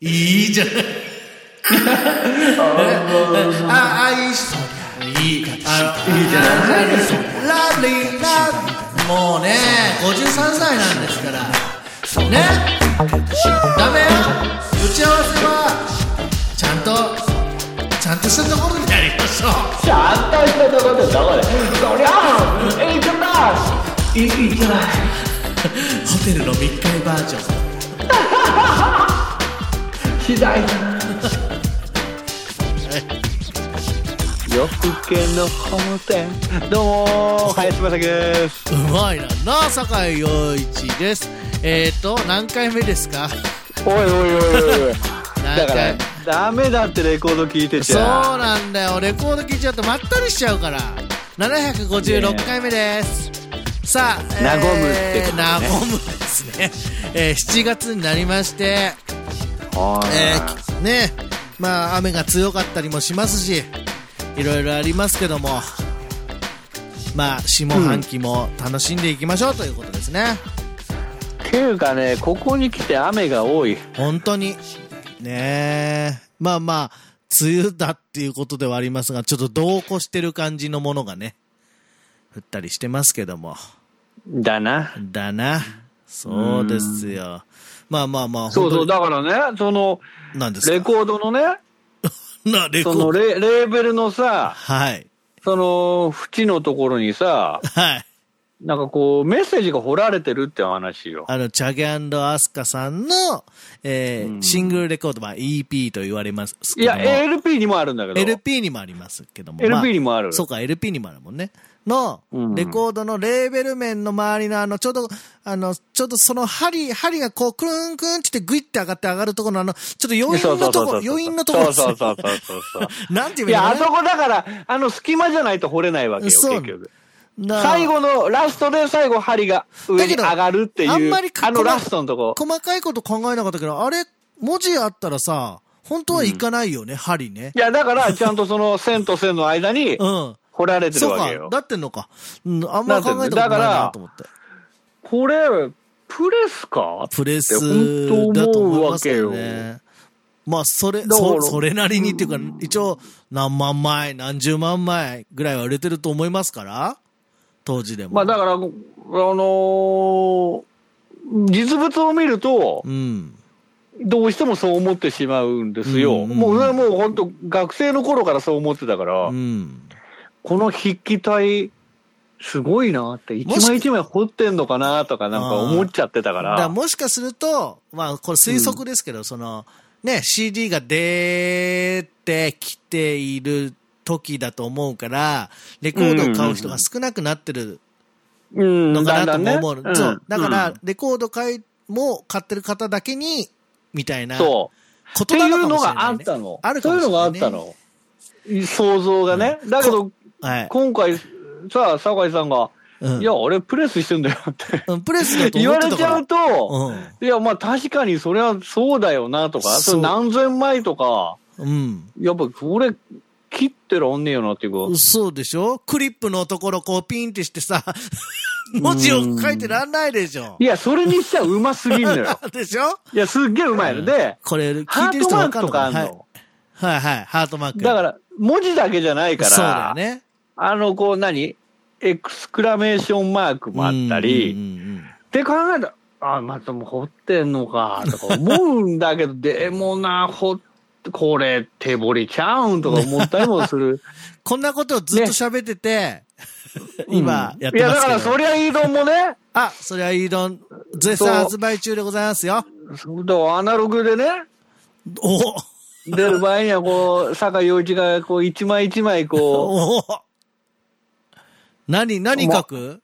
いいじゃん。あ、愛しそいい。あう。いいじゃないのラブリー、ラブリー。もうね、53歳なんですから。ね。ダメよ。打ち合わせは、ちゃんと、ちゃんとしたところでやりましょう。ちゃんとしたところでどこでそりゃいいじゃないいいじゃないホテルの密会バージョン。次第じゃない夜更けのホテルどうも林正樹ですうまいな。なあ、坂井陽一です。えっ、ー、と、何回目ですかおいおいおいおいおいだ何から回ダメだってレコード聞いてちそうゃなんだよレコード聞いちゃうとまったりしちゃうから756回目です、さあ、和むってことね和むですね、えー7月になりまして、はえいーきねまあ雨が強かったりもしますしいろいろありますけどもまあ下半期も楽しんでいきましょうということですね、っていうかねここに来て雨が多い本当にねえまあまあ梅雨だっていうことではありますがちょっと同行してる感じのものがね降ったりしてますけどもだなだなそうですよまあまあまあそうそう本だからねその当になんですかレコードのねなレコそのレレーベルのさはいその縁のところにさはいなんかこうメッセージが彫られてるって話よあのチャゲアスカさんの、えーうんシングルレコード、まあ、EP と言われますけいどやも LP にもあるんだけど LP にもありますけども、まあ LP にもあるそうか、LP にもあるもんね。のう、んレコードのレーベル面の周りの、あの、ちょうど、あの、ちょうどその針、針がこう、くるんくるんってグイって上がって上がるところの、あの、ちょっと余韻のところ、余韻のところそうですそうね。そうそうそうそうそなんていうういのやかあねそこだからあの隙間じゃないと掘れないわけよそう結局な最後のラストで最後針が上に上がるっていうだけどあんまりかあのラストのとこ細かいこと考えなかったけど、あれ、文字あったらさ、本当はいかないよね、針ね。いやだからちゃんとその線と線の間にうん。掘られてるそうわかけよ、だってんのか。うん、あんまり考えたことないなと思って。これプレスかプレってス本だ当と思思ういまわすけよよね。まあ、それ、だかそ、らそれなりにっていうか、一応、何万枚、何十万枚ぐらいは売れてると思いますから、当時でも。まあだから、あのー実物を見ると、うん。どうしてもそう思ってしまうんですよ。うんもう、それはもう本当、学生の頃からそう思ってたから、うん。この筆記体、すごいなって、一もし枚一枚彫ってんのかなとか、なんか思っちゃってたかだからら、もしかすると、まあ、これ推測ですけど、その、ね、CD が出てきている時だと思うから、レコードを買う人が少なくなってるうんのかなとも思う。だんだんねそんう。だから、レコード買い、も買ってる方だけに、みたいうんな。そう。こっとていなのうかのもしれがなあい、っね。たの。あるかそういもうしれのがなあいっねたの。想像がね。だけど、はい。今回、さあ、酒井さんが、うんいや、俺プレスしてんだよ ってうんプレスだと言思っわてれたちから。ゃうと、うんいや、まあ確かにそれはそうだよなとか、そうそれ何千枚とか、うん。やっぱこれ切ってらんねえよなっていうか、そうでしょクリップのところこうピンってしてさ、文字を書いてらんないでしょいや、それにしちゃうますぎんのよ。でしょいや、すっげえうまいの。で、これ、聞ハいてーるト人マーわかんクとのかかあんなの。はい、はいはい。ハートマーク。だから、文字だけじゃないから、そうだよね。あの、こう何、エクスクラメーションマークもあったり、うんうんうんうんって考えたら、あ、またもう掘ってんのか、とか思うん だけど、でもな、掘って、これ手掘りちゃうんとか思ったりもする。こんなことをずっと喋ってて、今う んやってますけど。いや、だからそりゃいいどんもね、あ、それはイーロン、絶賛発売中でございますよ。そうだからアナログでね、お出る場合には、こう、坂井陽一が、こう、一枚一枚、 こおお何、何書くう、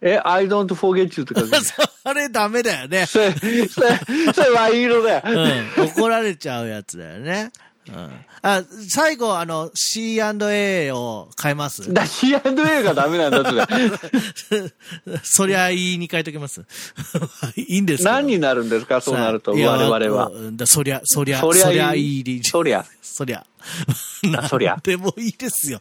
え、I don't forget you とか、 それダメだよね。それ、それ、それ、ワイン色だよ。うん。怒られちゃうやつだよね。うんあ、最後、あの、C&A を変えます。 だ、C&A がダメなん だって。そりゃ言いに変えときます。 いいんですけど何になるんですかそうなると、い我や々は。うんだそりゃ、そりゃ、そそりりゃゃ、いいいい理事。そりゃ、そりゃ。なんそ りゃでもいいです よ。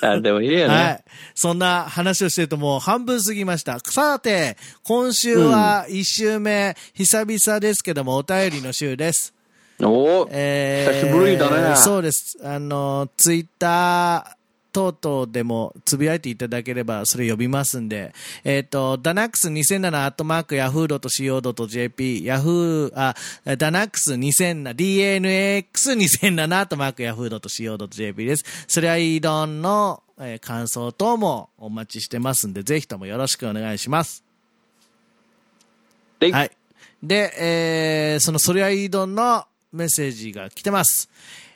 なんでもいいよね。はい。そんな話をしてるともう半分過ぎました。さて、今週は1週目、久々ですけども、お便りの週です。おお、えー、久しぶりだねそうです。あの、ツイッター、等々でもつぶやいていただければそれ呼びますんで、えっ、と、ダナックス2007アットマーク yahoo.co.jp、yahoo, あ、ダナックス2007、dnx2007 アットマーク yahoo.co.jp です。それはいどんの、えー感想等もお待ちしてますんで、ぜひともよろしくお願いします。で、はい。で、えー、そのそりゃいいどんのメッセージが来てます。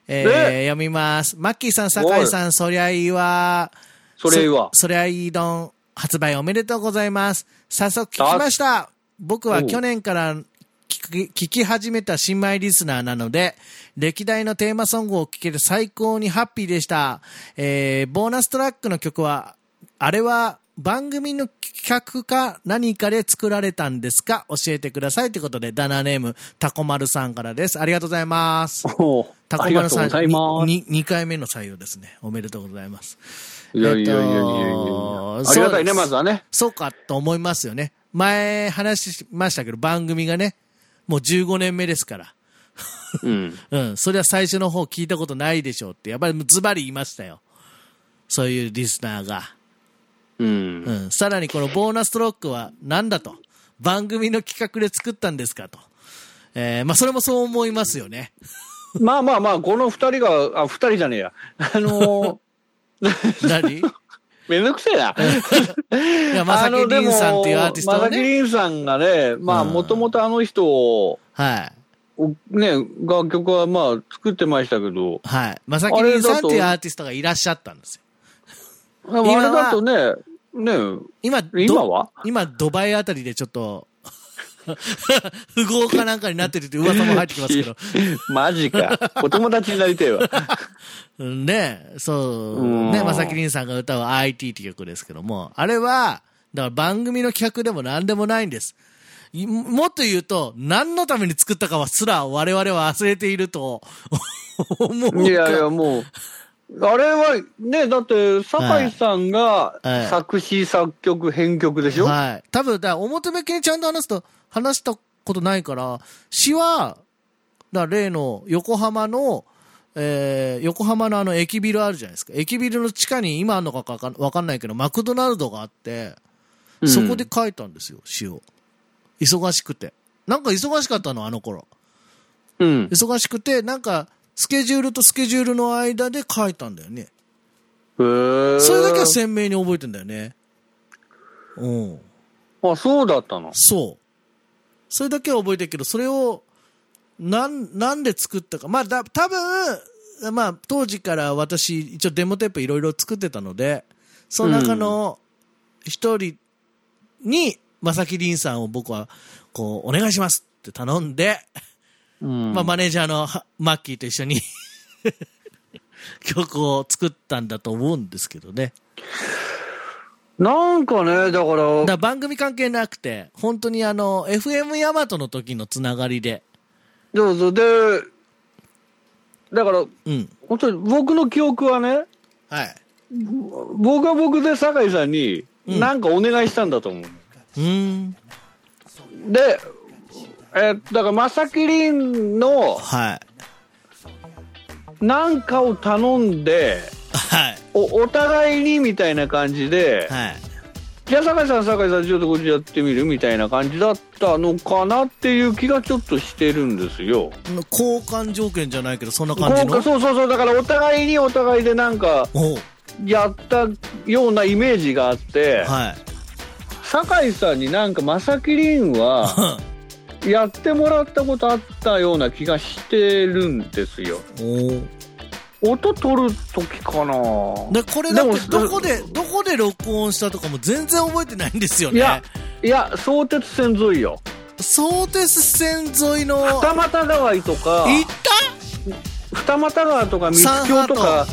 えーえ読みます。マッキーさん、酒井さん、そりゃいいわ。それは、そそりゃいいどん発売おめでとうございます。早速聞きました。僕は去年から聞き聞き始めた新米リスナーなので、歴代のテーマソングを聴ける最高にハッピーでした。えー、ボーナストラックの曲は、あれは番組の企画か何かで作られたんですか教えてくださいということで、ダナネーム、タコマルさんからです。ありがとうございます。おうタあコりマがルさとうごん、ざいます。 2回目の採用ですね。おめでとうございます。いやいやいやいやいやいやえっとありがたそうでいね、すまずはね。そうかと思いますよね。前話しましたけど、番組がね、もう15年目ですから。うん。 うん、それは最初の方聞いたことないでしょうって、やっぱりズバリ言いましたよ。そういうリスナーが。う。うんん、さらにこのボーナストロックは何だと。番組の企画で作ったんですかと。えー、まあそれもそう思いますよ ね。まあまあまあ、この二人が、あ、二人じゃねえや。あ の何いー、めんどくせえな。や、まさきりんさんっていうアーティストまはさきね。りんさんがね、まあ、うんもともとあの人を、はい。ね、楽曲はまあ、作ってましたけど、はい。まさきりんさんっていあれうだとアーティストがいらっしゃったんですよ。あれだとね、ね、今、今は今、ドバイあたりでちょっと、 不合かなんかになってるって噂も入ってきますけど。 マジか。お友達になりたいわ。うんねえ、そうう、んね、まさきりんさんが歌う IT って曲ですけども、あれは、だから番組の企画でも何でもないんです。いもっと言うと、何のために作ったかはすら我々は忘れていると思うか。いやいや、もう、あれはね、だって、酒井さんがはい作詞、作曲、編曲でしょ、はい。多分、だから表向きにちゃんと話すと、話したことないから、詩は、だから例の横浜の、えー、横浜のあの駅ビルあるじゃないですか。駅ビルの地下に今あるのかわかんわかんないけど、マクドナルドがあって、うんそこで書いたんですよ、詩を。忙しくて。なんか忙しかったの、あの頃。うん。忙しくて、なんか、スケジュールとスケジュールの間で書いたんだよね。へーそれだけは鮮明に覚えてんだよね。うん。あ、そうだったの。そう。それだけは覚えてるけど、それを、なん、なんで作ったか。まあ、だ、多分、まあ、当時から私、一応デモテープいろいろ作ってたので、その中の一人に、まさきりんさんを僕は、こう、お願いしますって頼んで、うん。まあ、マネージャーのはマッキーと一緒に、 曲を作ったんだと思うんですけどね。なんかね、だから、だから番組関係なくて、本当にあの、FM ヤマトの時のつながりで、どうぞ、で、だから、うん。本当に僕の記憶はね、はい。僕は僕で酒井さんに、なんかお願いしたんだと思う。うーん。で、えだから、まさきりんの、はい。なんかを頼んで、はい。おお互いにみたいな感じで、はい。じゃあ酒井さん酒井さんちょっとこっちやってみるみたいな感じだったのかなっていう気がちょっとしてるんですよ。交換条件じゃないけど、そんなこ感じうのか。そうそうそうだからお互いにお互いでなんかおうやったようなイメージがあって、はい。酒井さんになんか正木凛はやってもらったことあったような気がしてるんですよ。 おう音取る時かなで、これだっでて、もどこで、どこで録音したとかも全然覚えてないんですよいやね。いや相鉄線沿いよ。相鉄線沿いの、行っ二俣川とかた二俣川とか三つ橋とか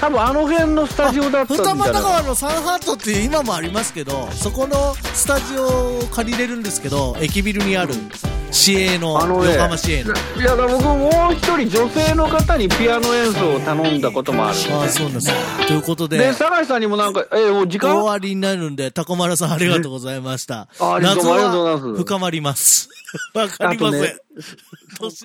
多分あの辺のスタジオだったんじゃ二ない俣川のサンハットっていう今もありますけどそこのスタジオを借りれるんですけど駅ビルにある市営のあのね横浜市営のいやだから僕もう一人女性の方にピアノ演奏を頼んだこともあるああそうなんですよということでで酒井さんにもなんか「えもう時間終わりになるんで、タコマラさんありがとうございました。ありがとう謎ありがとうございはます深まります。わかりません。あとねどうしよう